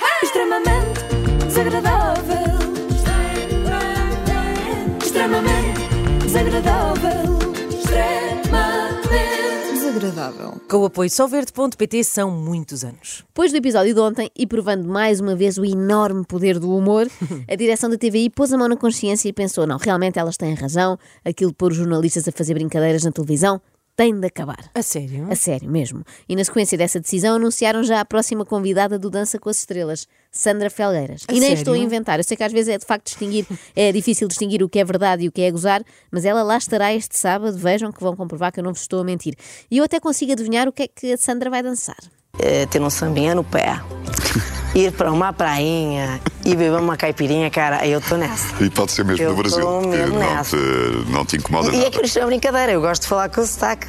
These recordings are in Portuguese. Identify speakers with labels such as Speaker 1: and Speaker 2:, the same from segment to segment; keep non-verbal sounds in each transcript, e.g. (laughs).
Speaker 1: É extremamente desagradável. Extremamente desagradável. Extremamente desagradável.
Speaker 2: Com o apoio solverde.pt são muitos anos.
Speaker 3: Depois do episódio de ontem e provando mais uma vez o enorme poder do
Speaker 2: (laughs)
Speaker 3: humor, a direção da TVI pôs a mão na consciência e pensou: não, realmente elas têm razão, aquilo de pôr os jornalistas a fazer brincadeiras na televisão tem de acabar.
Speaker 2: A sério?
Speaker 3: A sério mesmo. E na sequência dessa decisão anunciaram já a próxima convidada do Dança com as Estrelas, Sandra Felgueiras.
Speaker 2: A
Speaker 3: e nem
Speaker 2: sério?
Speaker 3: estou a inventar. Eu sei que às vezes é de facto distinguir, é difícil distinguir o que é verdade e o que é gozar, mas ela lá estará este sábado. Vejam que vão comprovar que eu não vos estou a mentir. E eu até consigo adivinhar o que é que a Sandra vai dançar.
Speaker 4: é, ter um sambinha no pé, ir pra uma prainha e beber uma caipirinha, cara, eu tô nessa.
Speaker 5: E pode ser mesmo
Speaker 4: Eu
Speaker 5: no Brasil.
Speaker 4: tô
Speaker 5: que
Speaker 4: mesmo
Speaker 5: não,
Speaker 4: nessa.
Speaker 5: te, não te incomoda
Speaker 4: E é
Speaker 5: nada.
Speaker 4: que isso é brincadeira, eu gosto de falar com o sotaque.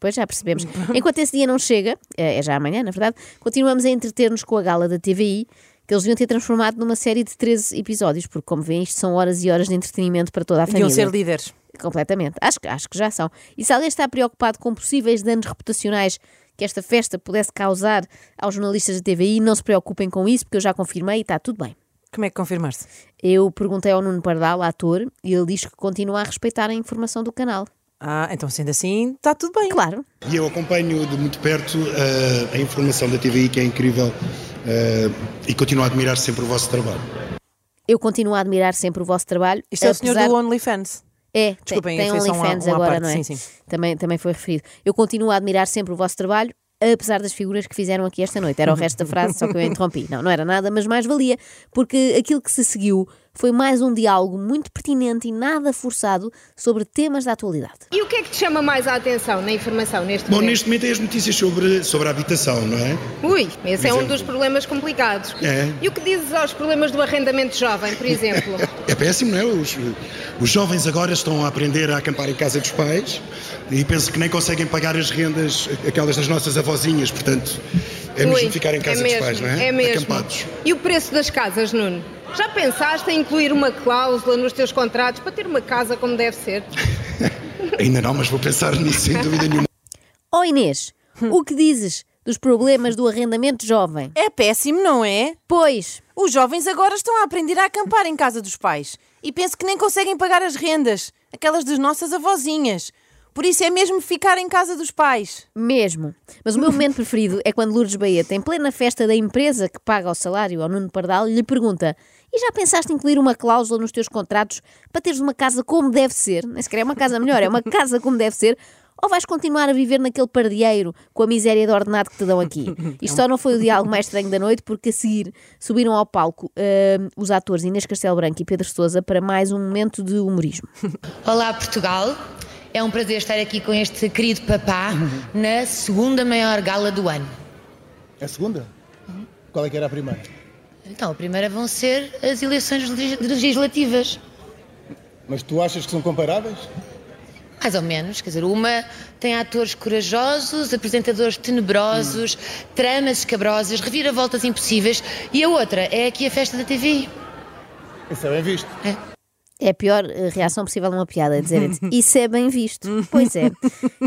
Speaker 3: Pois já
Speaker 2: (laughs)
Speaker 3: percebemos. Enquanto esse dia não chega, é é já amanhã, na verdade, continuamos a entreter-nos com a gala da TVI, que eles deviam ter transformado numa série de 13 episódios, porque, como veem, isto são horas e horas de entretenimento para toda a família.
Speaker 2: Deviam um ser líderes.
Speaker 3: Completamente. Acho, que- acho que já são. E se alguém está preocupado com possíveis danos reputacionais que esta festa pudesse causar aos jornalistas da TVI, não se preocupem com isso, porque eu já confirmei e está tudo bem.
Speaker 2: Como é que confirmaste?
Speaker 3: Eu perguntei ao Nuno Pardal, ator, e ele diz que continua a respeitar a informação do canal.
Speaker 2: Ah, então sendo assim, está tudo bem.
Speaker 3: Claro.
Speaker 6: E eu acompanho de muito perto eh, a informação da TVI, que é incrível, eh, e continuo a admirar sempre o vosso trabalho.
Speaker 3: Eu continuo a admirar sempre o vosso trabalho.
Speaker 2: Isto é o senhor
Speaker 3: apesar-
Speaker 2: do OnlyFans.
Speaker 3: É,
Speaker 2: Desculpem,
Speaker 3: tem, tem
Speaker 2: foi só um à-
Speaker 3: OnlyFans
Speaker 2: um à
Speaker 3: agora,
Speaker 2: parte,
Speaker 3: não é?
Speaker 2: sim, sim.
Speaker 3: Também, também foi referido. Eu continuo a admirar sempre o vosso trabalho, apesar das figuras que fizeram aqui esta noite. Era o resto da frase, só que eu interrompi. Não, não era nada, mas mais valia, porque aquilo que se seguiu foi mais um diálogo muito pertinente e nada forçado sobre temas da atualidade.
Speaker 7: E o que é que te chama mais a atenção na informação neste
Speaker 6: Bom,
Speaker 7: momento?
Speaker 6: neste momento é as notícias sobre, sobre a habitação, não é?
Speaker 7: Ui, esse é um
Speaker 6: Exemplo.
Speaker 7: dos problemas complicados.
Speaker 6: É.
Speaker 7: E o que dizes aos problemas do arrendamento jovem, por exemplo?
Speaker 6: É péssimo, não é? Os, os jovens agora estão a aprender a acampar em casa dos pais e penso que nem conseguem pagar as rendas, aquelas das nossas avózinhas, portanto, (laughs) é
Speaker 7: Ui,
Speaker 6: mesmo ficar em casa
Speaker 7: é mesmo,
Speaker 6: dos pais, não é?
Speaker 7: mesmo.
Speaker 6: Acampados.
Speaker 7: E o preço das casas, Nuno? Já pensaste em incluir uma cláusula nos teus contratos para ter uma casa como deve ser?
Speaker 6: Ainda não, mas vou pensar nisso sem dúvida nenhuma.
Speaker 3: Ó Inês, o que dizes dos problemas do arrendamento jovem?
Speaker 2: É péssimo, não é?
Speaker 3: Pois,
Speaker 2: Os jovens agora estão a aprender a acampar em casa dos pais e penso que nem conseguem pagar as rendas, aquelas das nossas avózinhas. Por isso é mesmo ficar em casa dos pais.
Speaker 3: Mesmo. Mas o meu momento preferido é quando Lourdes Baeta, em plena festa da empresa que paga o salário ao Nuno Pardal, lhe pergunta: E já pensaste em incluir uma cláusula nos teus contratos para teres uma casa como deve ser? Nem sequer é uma casa melhor, é uma casa como deve ser. Ou vais continuar a viver naquele pardieiro com a miséria de ordenado que te dão aqui? Isto só não foi o diálogo mais estranho da noite, porque a seguir subiram ao palco hum, os atores Inês Castelo Branco e Pedro Sousa para mais um momento de humorismo.
Speaker 8: Olá Portugal, é um prazer estar aqui com este querido papá na segunda maior gala do ano.
Speaker 9: É a segunda? Qual é que era a primeira?
Speaker 8: Então, a primeira vão ser as eleições legis- legislativas,
Speaker 9: Mas tu achas que são comparáveis?
Speaker 8: mais ou menos, quer dizer, uma tem atores corajosos, apresentadores tenebrosos, tramas escabrosas, reviravoltas impossíveis e a outra é aqui a festa da TV.
Speaker 9: Isso é bem visto.
Speaker 3: É a pior eh, reação possível a uma piada, é dizer isso é bem visto.
Speaker 2: (laughs)
Speaker 3: Pois é.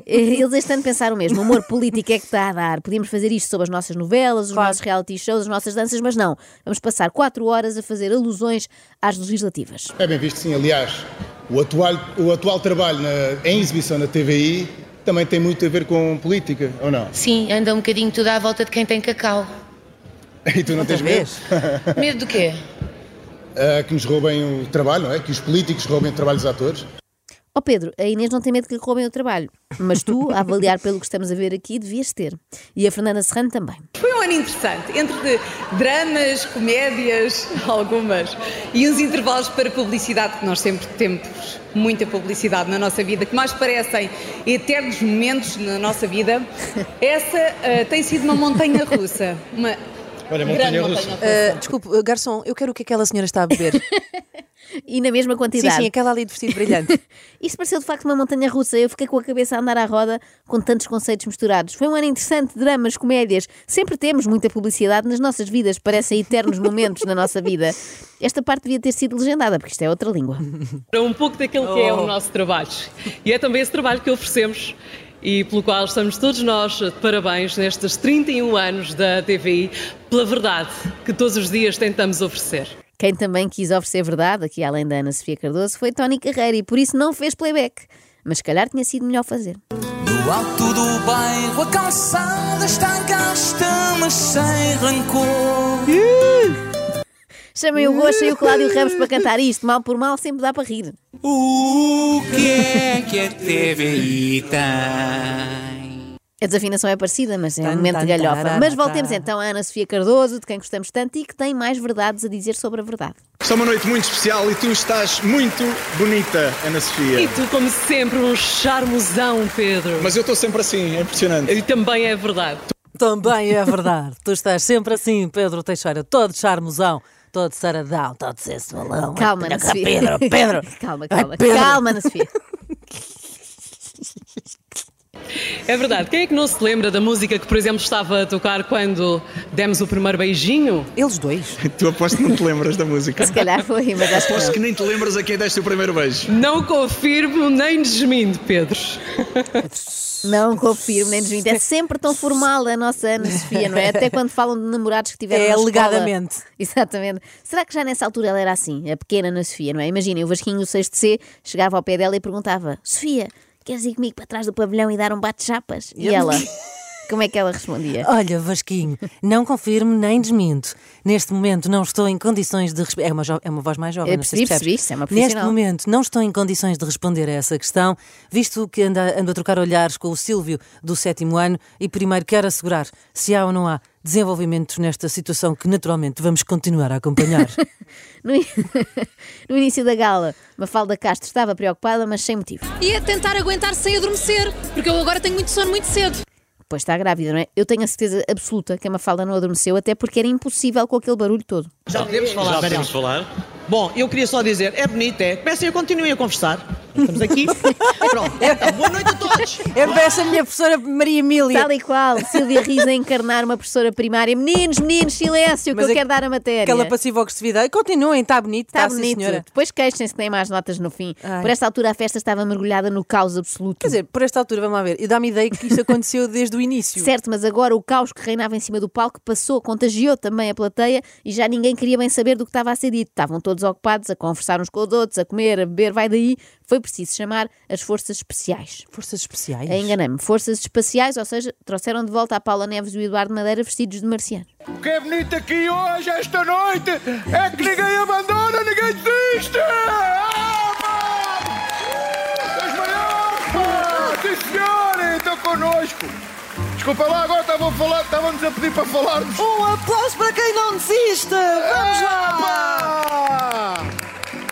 Speaker 3: Eh, Eles este ano pensaram mesmo, o humor político é que está a dar. Podíamos fazer isto sobre as nossas novelas, os nossos reality shows, as nossas danças, mas não. Vamos passar quatro horas a fazer alusões às legislativas.
Speaker 9: É bem visto, sim. Aliás, o atual, o atual trabalho na- em exibição na TVI também tem muito a ver com política, ou não? (laughs)
Speaker 8: Sim, anda um bocadinho tudo à volta de quem tem cacau.
Speaker 9: E tu não
Speaker 2: É
Speaker 9: tens medo
Speaker 8: Medo do quê?
Speaker 9: Ah, que nos roubem o trabalho, não é? Que os políticos roubem o trabalho dos atores?
Speaker 3: Ó Oh, Pedro, a Inês não tem medo que lhe roubem o trabalho, mas tu, a avaliar pelo que estamos a ver aqui, devias ter. E a Fernanda Serrano também.
Speaker 10: Foi um ano interessante, entre de dramas, comédias, (laughs) algumas, e uns intervalos para publicidade, que nós sempre temos muita publicidade na nossa vida, que mais parecem eternos momentos na nossa vida. Essa ah, tem sido uma montanha russa. Uma
Speaker 6: Olha,
Speaker 10: grande montanha russa.
Speaker 2: Ah, desculpe, ah, garçom, eu quero o que aquela senhora está a (laughs) beber.
Speaker 3: E na mesma
Speaker 2: sim,
Speaker 3: quantidade.
Speaker 2: sim, aquela ali de vestido brilhante.
Speaker 3: Isto pareceu de facto uma montanha russa. Eu fiquei com a cabeça a andar à roda com tantos conceitos misturados. Foi um ano interessante, dramas, comédias. Sempre temos muita publicidade nas nossas vidas, parecem eternos momentos na nossa vida. Esta parte devia ter sido legendada, porque isto é outra língua.
Speaker 10: Oh.
Speaker 11: Para um pouco daquilo que é o nosso trabalho. E é também esse trabalho que oferecemos
Speaker 10: e pelo qual estamos todos nós de parabéns nestes 31 anos da TVI, pela verdade que todos os dias tentamos oferecer.
Speaker 3: Quem também quis oferecer verdade, aqui além da Ana Sofia Cardoso, foi Tony Carreira e por isso não fez playback. Mas se calhar tinha sido melhor fazer.
Speaker 11: No alto do bairro, a calçada está gasta, mas sem rancor.
Speaker 3: Chamem o Gosto e o Cláudio Ramos para cantar isto. Mal por mal, sempre dá para rir.
Speaker 11: O que é que a TVI tem?
Speaker 3: A desafinação é parecida, mas é um
Speaker 2: Tan,
Speaker 3: momento de
Speaker 2: tan,
Speaker 3: galhofa.
Speaker 2: tarara,
Speaker 3: Mas voltemos
Speaker 2: tá.
Speaker 3: então à Ana Sofia Cardoso, de quem gostamos tanto e que tem mais verdades a dizer sobre a verdade.
Speaker 6: Está uma noite muito especial e tu estás muito bonita, Ana Sofia.
Speaker 10: E tu, como sempre, um charmosão, Pedro.
Speaker 6: Mas eu estou sempre assim, é impressionante.
Speaker 10: E também é verdade.
Speaker 2: Também é verdade. tu estás sempre assim, Pedro Teixeira, todo charmosão, todo saradão, todo sensualão.
Speaker 3: Calma, Ana Sofia.
Speaker 2: Pedro, Pedro.
Speaker 3: (laughs) calma,
Speaker 2: Ai,
Speaker 3: calma.
Speaker 2: Pedro.
Speaker 3: Calma, Ana Sofia.
Speaker 10: É verdade. Quem é que não se lembra da música que, por exemplo, estava a tocar quando demos o primeiro beijinho?
Speaker 2: Eles dois.
Speaker 6: Tu aposto que não te lembras da música.
Speaker 3: Se calhar foi, mas acho que
Speaker 6: Aposto
Speaker 3: não.
Speaker 6: que nem te lembras a quem deste o primeiro beijo.
Speaker 10: Não confirmo nem desminto, Pedro.
Speaker 3: Não confirmo, nem desminto. É sempre
Speaker 2: (laughs)
Speaker 3: tão formal a nossa Ana Sofia, não é? Até quando falam de namorados que tiveram
Speaker 2: É,
Speaker 3: na escola.
Speaker 2: alegadamente.
Speaker 3: Exatamente. Será que já nessa altura ela era assim, a pequena Ana Sofia, não é? Imaginem, o Vasquinho, o 6 de C, chegava ao pé dela e perguntava: Sofia, queres ir comigo para trás do pavilhão e dar um bate-chapas? E ela,
Speaker 2: (laughs)
Speaker 3: como é que ela respondia?
Speaker 2: Olha, Vasquinho, não confirmo nem desminto. Neste momento não estou em condições de responder. É, uma jo- é uma voz mais jovem,
Speaker 3: Eu
Speaker 2: não sei se
Speaker 3: percebi,
Speaker 2: percebes.
Speaker 3: percebi, isso é uma
Speaker 2: Neste
Speaker 3: profissional.
Speaker 2: momento não estou em condições de responder a essa questão, visto que anda, ando a trocar olhares com o Silvio do sétimo ano e primeiro quero assegurar se há ou não há desenvolvimentos nesta situação que naturalmente vamos continuar a
Speaker 3: (laughs)
Speaker 2: acompanhar.
Speaker 3: No, in- no início da gala, Mafalda Castro estava preocupada, mas sem motivo.
Speaker 8: E é tentar aguentar sem adormecer, porque eu agora tenho muito sono muito cedo.
Speaker 3: Pois está grávida, não é? Eu tenho a certeza absoluta que a Mafalda não adormeceu, até porque era impossível com aquele barulho todo.
Speaker 11: Já podemos falar, Já podemos falar. Bom, eu queria só dizer, é bonito, é. Peço eu continuem a conversar. Estamos
Speaker 10: (laughs)
Speaker 11: aqui. Pronto. Então, boa noite a todos.
Speaker 2: É para essa minha professora Maria Emília.
Speaker 3: Tal e qual, Silvia Riz a encarnar uma professora primária. Meninos, meninos, silêncio, que
Speaker 2: Mas
Speaker 3: eu
Speaker 2: é-
Speaker 3: quero dar a matéria.
Speaker 2: Aquela passiva agressividade. Continuem, está bonito, está,
Speaker 3: Está
Speaker 2: sim,
Speaker 3: bonito.
Speaker 2: senhora.
Speaker 3: Depois queixem-se que têm mais notas no fim.
Speaker 2: Ai.
Speaker 3: Por esta altura a festa estava mergulhada no caos absoluto.
Speaker 2: Quer dizer, por esta altura, vamos lá ver. E dá-me ideia que isto aconteceu desde o início.
Speaker 3: Certo, mas agora o caos que reinava em cima do palco passou, contagiou também a plateia e já ninguém queria bem saber do que estava a ser dito. Estavam todos ocupados a conversar uns com os outros, a comer, a beber, vai daí. Foi preciso chamar as forças especiais.
Speaker 2: Forças especiais.
Speaker 3: Eh, Enganei-me, forças espaciais, ou seja, trouxeram de volta a Paula Neves e o Eduardo Madeira vestidos de marciano.
Speaker 6: O que é bonito aqui hoje, esta noite, é que ninguém abandona, ninguém desiste! Sim, senhora, estão connosco! Desculpa lá, agora estavam a falar, estavam-nos a pedir para falarmos.
Speaker 11: Um aplauso para quem não desiste. Vamos
Speaker 6: lá!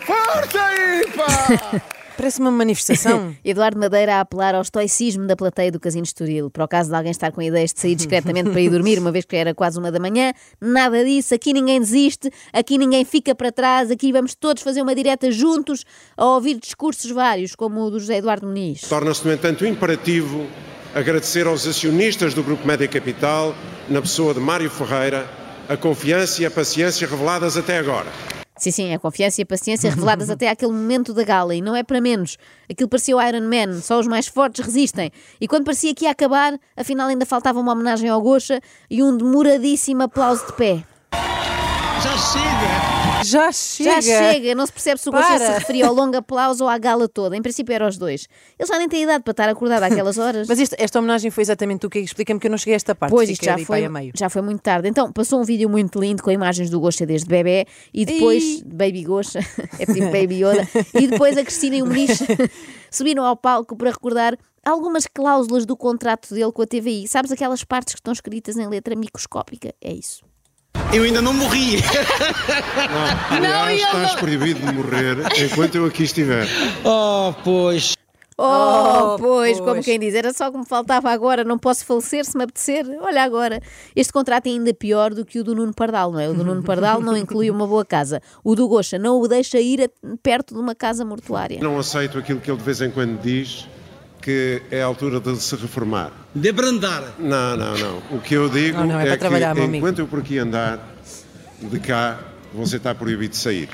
Speaker 6: Força aí, pá!
Speaker 2: Parece uma
Speaker 3: (laughs)
Speaker 2: manifestação.
Speaker 3: Eduardo Madeira a apelar ao estoicismo da plateia do Casino Estoril. Para o caso de alguém estar com ideias de sair discretamente para ir dormir, uma vez que era quase uma da manhã, nada disso. Aqui ninguém desiste, aqui ninguém fica para trás, aqui vamos todos fazer uma direta juntos a ouvir discursos vários, como o do José Eduardo Muniz.
Speaker 12: Torna-se, no entanto, imperativo agradecer aos acionistas do Grupo Média Capital, na pessoa de Mário Ferreira, a confiança e a paciência reveladas até agora.
Speaker 3: Sim, sim, a confiança e a paciência reveladas até àquele momento da gala, e não é para menos. Aquilo parecia o Iron Man, só os mais fortes resistem. E quando parecia que ia acabar, afinal ainda faltava uma homenagem ao Gocha e um demoradíssimo aplauso de pé.
Speaker 11: Já chega.
Speaker 2: Já chega.
Speaker 3: Já chega, não se percebe se o Gosha
Speaker 2: Para.
Speaker 3: se referia ao longo aplauso ou à gala toda. Em princípio eram os dois. Eles já nem têm idade para estar acordado
Speaker 2: (laughs)
Speaker 3: àquelas horas.
Speaker 2: Mas isto- esta homenagem foi exatamente o que explica-me que eu não cheguei a esta parte.
Speaker 3: Pois,
Speaker 2: Fiquei
Speaker 3: isto já
Speaker 2: ali para aí
Speaker 3: foi,
Speaker 2: a meio.
Speaker 3: já foi muito tarde. Então, passou um vídeo muito lindo com imagens do Gosha desde bebê e depois
Speaker 2: Ih.
Speaker 3: Baby Gosha, (laughs) é tipo Baby Yoda, e depois a Cristina e o Muniz (laughs) subiram ao palco para recordar algumas cláusulas do contrato dele com a TVI. Sabes aquelas partes que estão escritas em letra microscópica? É isso.
Speaker 6: Eu ainda não morri!
Speaker 12: Aliás, estás proibido de morrer enquanto eu aqui estiver.
Speaker 11: Oh, pois.
Speaker 3: Oh, pois, como
Speaker 2: pois.
Speaker 3: quem diz, era só como faltava agora, não posso falecer se me apetecer. Olha agora, este contrato é ainda pior do que o do Nuno Pardal, não é? O do Nuno Pardal não inclui uma boa casa. O do Gocha não o deixa ir a- perto de uma casa mortuária.
Speaker 12: Não aceito aquilo que ele de vez em quando diz, que é a altura de se reformar.
Speaker 11: De brandar.
Speaker 12: Não, não, não. O que eu digo
Speaker 2: Não, não, é
Speaker 12: é,
Speaker 2: para trabalhar,
Speaker 12: que
Speaker 2: meu amigo.
Speaker 12: enquanto eu por aqui andar, de cá, você está proibido de sair.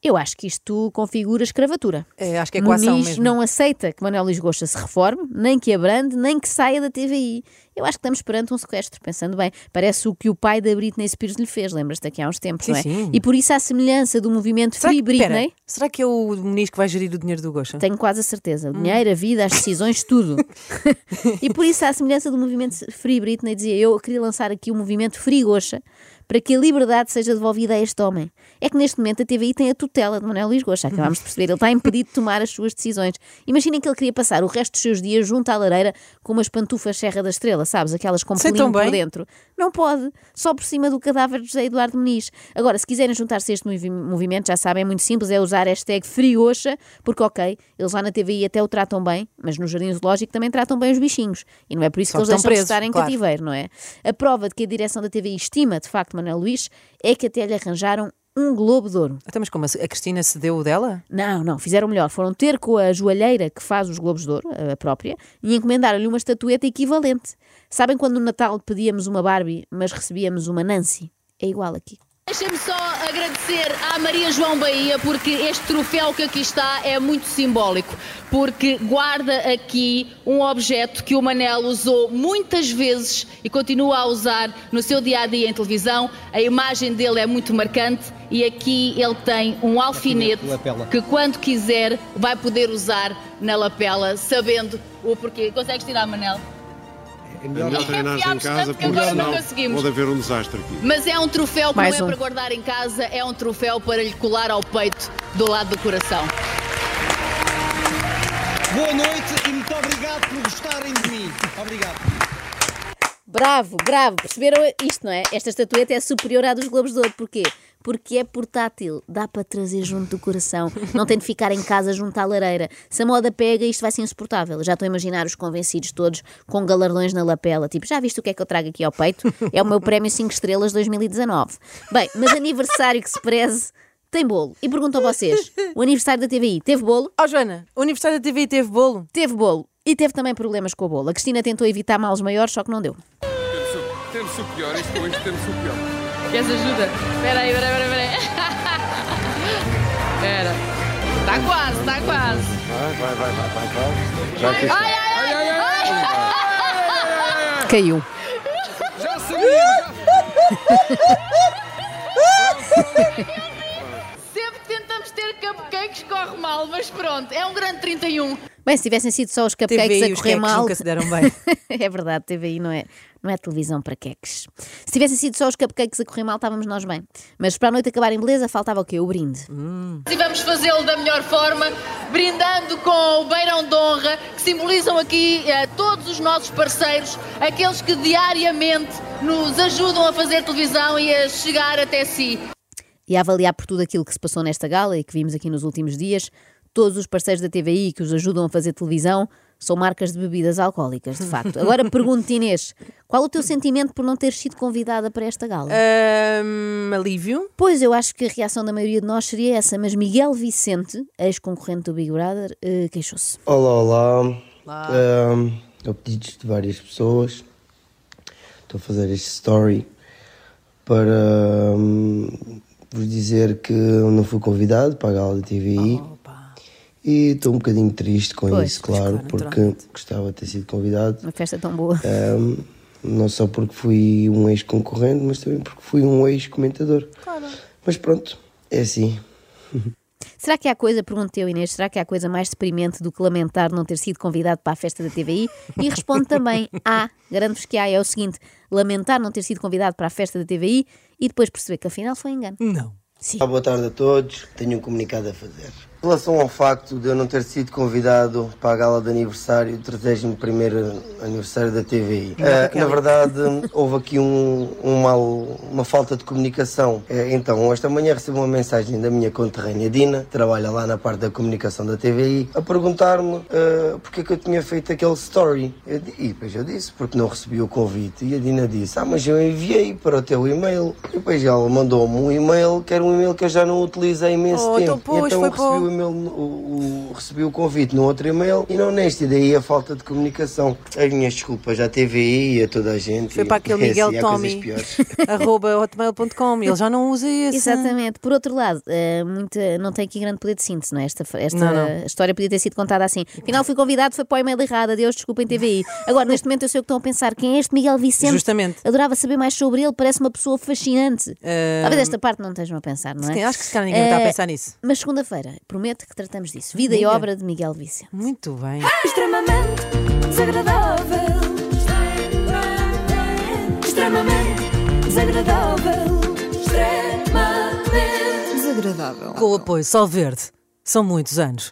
Speaker 3: Eu acho que isto configura escravatura.
Speaker 2: É, acho que é coação
Speaker 3: Muniz
Speaker 2: mesmo.
Speaker 3: não aceita que Manuel Luís Gosta se reforme, nem que abrande, nem que saia da TVI. Eu acho que estamos perante um sequestro, pensando bem. Parece o que o pai da Britney Spears lhe fez, lembras-te aqui há uns tempos,
Speaker 2: Sim,
Speaker 3: não é?
Speaker 2: sim.
Speaker 3: E por isso a semelhança do movimento Free
Speaker 2: espera,
Speaker 3: Britney.
Speaker 2: será que é o Muniz que vai gerir o dinheiro do Gocha?
Speaker 3: Tenho quase a
Speaker 2: Ah.
Speaker 3: certeza. O dinheiro, a vida, as decisões,
Speaker 2: (laughs)
Speaker 3: tudo. e por isso, à semelhança do movimento Free Britney, dizia eu queria lançar aqui o movimento Free Goxa para que a liberdade seja devolvida a este homem. É que neste momento a TVI tem a tutela de Manuel Luís Goxa, acabámos de perceber.
Speaker 2: (laughs)
Speaker 3: Ele está impedido de tomar as suas decisões. Imaginem que ele queria passar o resto dos seus dias junto à lareira com umas pantufas Serra da Estrela, sabes? Aquelas com
Speaker 2: Sei
Speaker 3: pelinho
Speaker 2: tão
Speaker 3: por
Speaker 2: bem.
Speaker 3: dentro. Não pode. Só por cima do cadáver de José Eduardo Muniz. Agora, se quiserem juntar-se a este movi- movimento, já sabem, é muito simples, é usar a hashtag FreeOxa, porque ok, eles lá na TVI até o tratam bem, mas no Jardim Zoológico também tratam bem os bichinhos. E não é por isso
Speaker 2: Só
Speaker 3: que eles
Speaker 2: estão
Speaker 3: deixam de
Speaker 2: presos,
Speaker 3: estar em
Speaker 2: claro.
Speaker 3: cativeiro, não é? A prova de que a direção da TVI estima, de facto, Manuel Luís, é que até lhe arranjaram um globo de ouro.
Speaker 2: Até Então, mas como? A Cristina cedeu o dela?
Speaker 3: Não, não, fizeram melhor. Foram ter com a joalheira que faz os Globos de Ouro, a própria, e encomendaram-lhe uma estatueta equivalente. Sabem quando no Natal pedíamos uma Barbie, mas recebíamos uma Nancy? É igual aqui.
Speaker 8: Deixem-me só agradecer à Maria João Bahia, porque este troféu que aqui está é muito simbólico, porque guarda aqui um objeto que o Manel usou muitas vezes e continua a usar no seu dia a dia em televisão. A imagem dele é muito marcante e aqui ele tem um alfinete
Speaker 13: Lapela.
Speaker 8: que, quando quiser, vai poder usar na lapela, sabendo o porquê. Consegues tirar, Manel?
Speaker 12: É melhor treinar em
Speaker 8: enfiarmos
Speaker 12: casa
Speaker 8: tanto que
Speaker 12: porque
Speaker 8: agora não
Speaker 12: senão
Speaker 8: conseguimos.
Speaker 12: pode haver um desastre aqui.
Speaker 8: Mas é um troféu que
Speaker 12: Mais
Speaker 8: não é
Speaker 12: um.
Speaker 8: para guardar em casa, é um troféu para lhe colar ao peito do lado do coração.
Speaker 11: Boa noite e muito obrigado por gostarem de mim. Obrigado.
Speaker 3: Bravo, bravo, perceberam isto, não é? Esta estatueta é superior à dos Globos de Ouro. Porquê? Porque é portátil, dá para trazer junto do coração, não tem de ficar em casa junto à lareira. Se a moda pega, isto vai ser insuportável. Já estou a imaginar os convencidos todos com galardões na lapela, tipo, já viste o que é que eu trago aqui ao peito? É o meu prémio 5 estrelas 2019. Bem, mas aniversário que se preze, tem bolo. E pergunto a vocês, o aniversário da TVI teve bolo?
Speaker 2: Ó Joana, o aniversário da TVI teve bolo?
Speaker 3: Teve bolo. E teve também problemas com a bola. A Cristina tentou evitar males maiores, só que não deu.
Speaker 14: Temos o, temos o pior, isto com isto temos o pior.
Speaker 10: Queres ajuda? Espera aí, espera, espera, espera. Espera. Está quase, está quase.
Speaker 12: Vai, vai, vai, vai, vai, vai. Já que isto-
Speaker 10: Ai, ai, ai, ai.
Speaker 3: Caiu.
Speaker 14: Já sabia!
Speaker 8: Sempre tentamos ter cupcakes, corre mal, mas pronto, é um grande 31.
Speaker 3: Bem, se tivessem sido só os cupcakes
Speaker 2: TVI,
Speaker 3: a
Speaker 2: os
Speaker 3: correr
Speaker 2: queques
Speaker 3: mal.
Speaker 2: nunca se deram bem.
Speaker 3: (laughs) é verdade, TVI não é, não é televisão para queques. Se tivessem sido só os cupcakes a correr mal, estávamos nós bem. Mas para a noite acabar em beleza, faltava o quê? O brinde.
Speaker 2: Uhum.
Speaker 8: E vamos fazê-lo da melhor forma, brindando com o Beirão de Honra, que simbolizam aqui eh, todos os nossos parceiros, aqueles que diariamente nos ajudam a fazer televisão e a chegar até si.
Speaker 3: E a avaliar por tudo aquilo que se passou nesta gala e que vimos aqui nos últimos dias, todos os parceiros da TVI que os ajudam a fazer televisão são marcas de bebidas alcoólicas, de
Speaker 2: (laughs)
Speaker 3: facto. Agora pergunto, Inês, qual o teu sentimento por não ter sido convidada para esta gala?
Speaker 2: Ahm, alívio?
Speaker 3: Pois, eu acho que a reação da maioria de nós seria essa, mas Miguel Vicente, ex-concorrente do Big Brother, eh, queixou-se.
Speaker 15: Olá, olá.
Speaker 3: Olá.
Speaker 15: Ahm, a pedidos de várias pessoas, estou a fazer este story para hum, vos dizer que eu não fui convidado para a gala da TVI e estou um bocadinho triste com
Speaker 3: Pois,
Speaker 15: isso, claro, porque gostava de ter sido convidado.
Speaker 3: Uma festa tão boa.
Speaker 15: Ahm, não só porque fui um ex-concorrente, mas também porque fui um ex-comentador. Mas pronto, é assim.
Speaker 3: Será que há coisa, pergunto eu, Inês, será que há coisa mais deprimente do que lamentar não ter sido convidado para a festa da TVI? E responde também, há, garanto-vos que há, é o seguinte, lamentar não ter sido convidado para a festa da TVI e depois perceber que afinal foi engano.
Speaker 2: Não.
Speaker 15: Olá, boa tarde a todos. Tenho um comunicado a fazer. Em relação ao facto de eu não ter sido convidado para a gala de aniversário, do 31º aniversário da TVI,
Speaker 16: Não,
Speaker 15: eh,
Speaker 16: Raquel.
Speaker 15: na verdade houve aqui um, um mal, uma falta de comunicação. Eh, então, esta manhã recebi uma mensagem da minha conterrânea Dina, que trabalha lá na parte da comunicação da TVI, a perguntar-me eh, porque é que eu tinha feito aquele story. Eu di- e depois eu disse, porque não recebi o convite. E a Dina disse, ah, mas eu enviei para o teu e-mail. E depois ela mandou-me um e-mail, que era um e-mail que eu já não utilizei há imenso
Speaker 2: Oh,
Speaker 15: tempo.
Speaker 2: então, pois,
Speaker 15: e então
Speaker 2: foi
Speaker 15: eu recebi
Speaker 2: para o-
Speaker 15: o o e-mail, o- o- recebi o convite no outro e-mail e não neste. E daí a falta de comunicação. As minhas desculpas à TVI e a toda a gente.
Speaker 2: Foi para
Speaker 15: (laughs)
Speaker 2: aquele
Speaker 15: É,
Speaker 2: Miguel
Speaker 15: sim, há coisas
Speaker 2: Tommy.
Speaker 15: piores.
Speaker 2: (laughs) arroba hotmail.com. Ele já não usa esse.
Speaker 3: Exatamente. Por outro lado, eh, muita, não tem aqui grande poder de síntese, não é? Esta, esta
Speaker 2: Não, não.
Speaker 3: história podia ter sido contada assim. Afinal, fui convidado, foi para o e-mail errado. Adeus, desculpem, TVI. Agora, neste momento, eu sei o que estão a pensar. Quem é este Miguel Vicente?
Speaker 2: Justamente.
Speaker 3: Adorava saber mais sobre ele, parece uma pessoa fascinante.
Speaker 2: Eh,
Speaker 3: Talvez esta parte não estejam a pensar, não
Speaker 2: se
Speaker 3: é?
Speaker 2: calhar- acho que se calhar ninguém está a
Speaker 3: Eh,
Speaker 2: pensar nisso.
Speaker 3: Mas segunda-feira, prometo que tratamos disso. Vida e
Speaker 2: Diga.
Speaker 3: obra de Miguel Vicente.
Speaker 2: Muito bem.
Speaker 1: Extremamente desagradável. Extremamente desagradável. Extremamente desagradável.
Speaker 2: Com o apoio Sol Verde. São muitos anos.